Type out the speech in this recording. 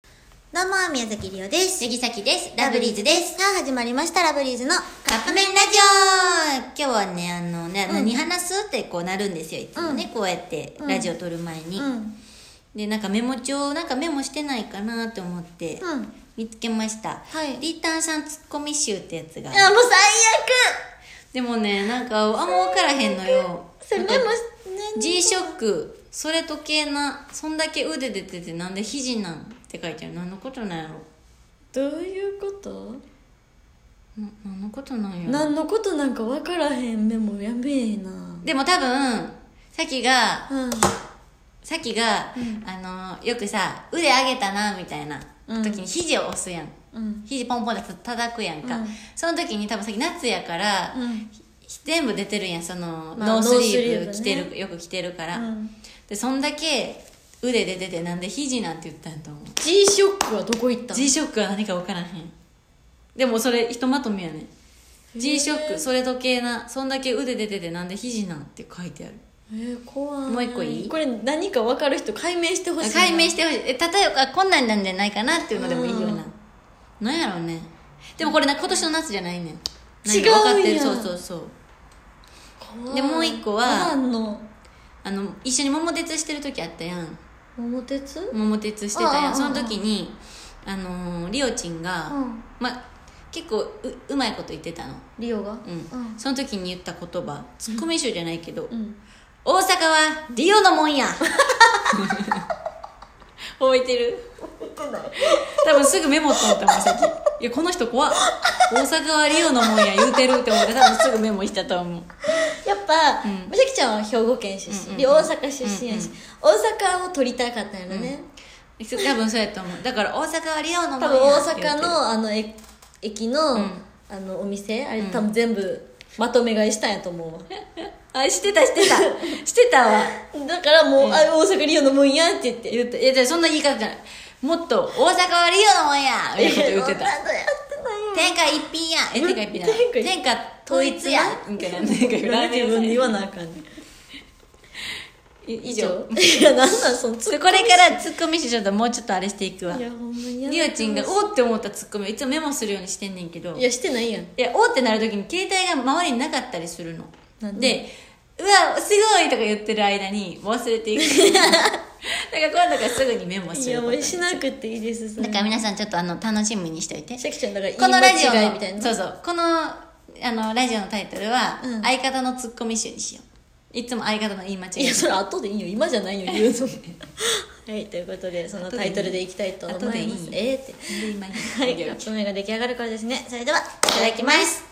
どうも、宮崎りおです。杉崎です。ララブブリリーーズズで。ですす。が始まりました、ラブリーズの。カップ麺ラジオ今日はね、あのね、うん何話すってこうなるんですよ、いつもね、こうやってうんラジオ撮る前に。うん。で、なんかメモ帳、なんかメモしてないかなと思って、うん。見つけました。はいリータンさんツッコミ集ってやつが。あ、もうでもね、なんか、あんま分からへんのよ。最悪それメモし、ね、 G-SHOCK、それ時計な、そんだけ腕出ててなんで肘なんって書いてある。何のことなんやろ。どういうことな何のことなんやろ。何のことなんか分からへんメモやべえな。でも多分、さきが、うん。さきが、あのよくさ腕上げたなみたいなうん時に肘を押すやん、うん。肘ポンポンって叩くやんか、うんその時に多分さっき夏やから、うん。全部出てるやんその、まあノースリーノーブス着リてーブねる、よく着てるから、うん、でそんだけ腕出ててなんで肘なんて言ったんやと思う G ショックはどこ行った G ショックは何か分からへんでもそれひとまとめやね G ショックそれ時計なそんだけ腕出ててなんで肘なんて書いてあるえー、怖い。もう一個いいこれ何か分かる人解明してほしい。解明ししてほしいえ例えばこんなんなんじゃないかなっていうのでもいいような、なんやろうねでもこれな今年の夏じゃないねん違うんなやか分かってるそうそうそう怖い。でもう一個は何のあの一緒に桃鉄してる時あったやん桃鉄う桃鉄してたやああんその時にあのー、リオちんが、ん。まあ結構ううまいこと言ってたのリオがうん、うん。その時に言った言葉ツッコミ集じゃないけど、うん。大阪はリオのもんや 覚えてる多分すぐメモったと思ったも んさっきいやこの人怖っ大阪はリオのもんや言うてるって思って多分すぐメモしたと 思うやっぱ、うんまさきちゃんは兵庫県出身、でうんうんうん大阪出身やし、うん大阪を取りたかったんだね、多分そうやと思うだから大阪はリオのもん多や分って言大う阪てるのあのえ駅の,、うんあのお店あれ多分全部まとめ買いしたんやと思 うわ、あしてた してたしてたわだからもう、うんあ大阪リオのもんやって言って言っていやじゃあそんな言い方じゃないもっと大阪はリオのもんやみたいなこと言ってたそんなのやってないよ天下一品やえ天下一品だ天下一天下統一やみたいな 天下 一品なんで自分で言わなあかんねん以上いやなんなんそのこれからツッコミ集ちょっともうちょっとあれしていくわいやほんまにやめてりおちんが「おっ!」て思ったツッコミをいつもメモするようにしてんねんけどいやしてないやんいやおーってなるときに携帯が周りになかったりするのなんででうわすごいとか言ってる間に忘れてい くだから今度からすぐにメモすいるやこもとうにしなくていいですそれだから皆さんちょっとあの楽しみにしておいてさきちゃんだからこのラジオ言い間違のいみたいなそうそうこのあのラジオのタイトルは、うん相方のツッコミ集にしよういつも相方の言い間違いいやそれ後でいいよ今じゃないよ言うの はいということでそのタイトルでいきたいと思います後でいいえーってで今にはいカップ麺が出来上がるからですねそれではいただきます